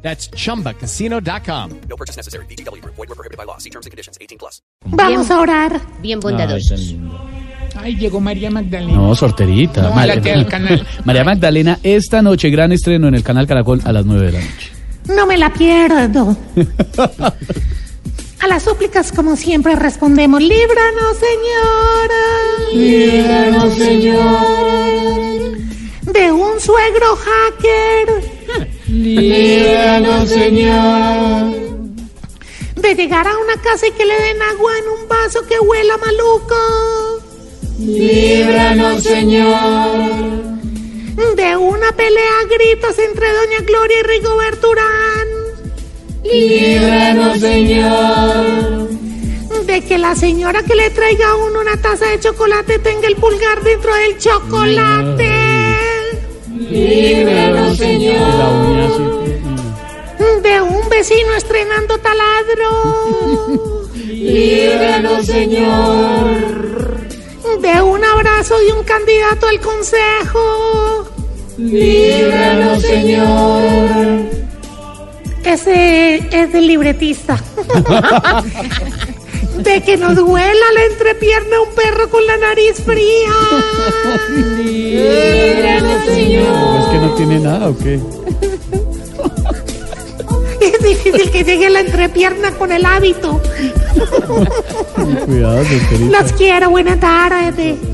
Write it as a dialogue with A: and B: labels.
A: That's chumbacasino.com.
B: No purchase necessary. BGW. Void were prohibited by law. See terms and conditions. 18 plus.
C: Vamos a orar.
D: Bien
E: Ay, tan
D: bondadosos.
E: lindo.
F: Ay, llegó María Magdalena.
E: Pues, No, sorterita.
F: No, late al canal.
E: María Magdalena, esta noche, gran estreno en el canal Caracol a las 9 de la noche.
C: No me la pierdo. A las súplicas, como siempre, respondemos, líbranos, Señora. Líbranos, Señora. De un suegro hacker.
F: Líbranos, Señor.
C: De llegar a una casa y que le den agua en un vaso que huela maluco.
F: Líbranos, Señor.
C: De una pelea a gritos entre Doña Gloria y Rigoberto Urán.
F: Líbranos, Señor.
C: De que la señora que le traiga a uno una taza de chocolate tenga el pulgar dentro del chocolate.
F: Líbranos, Señor.
E: Pues, La uña así.
C: De un vecino estrenando taladro.
F: Líbranos, Señor.
C: De un abrazo de un candidato al consejo.
F: Líbranos, Señor.
C: Ese es del libretista. De que nos duela la entrepierna un perro con la nariz fría.
F: Líbranos, Señor.
E: ¿Es que no tiene nada o qué?
C: Es difícil que llegue la entrepierna con el hábito.
E: Cuidado, sorterita.
C: Los quiero, buena tarde.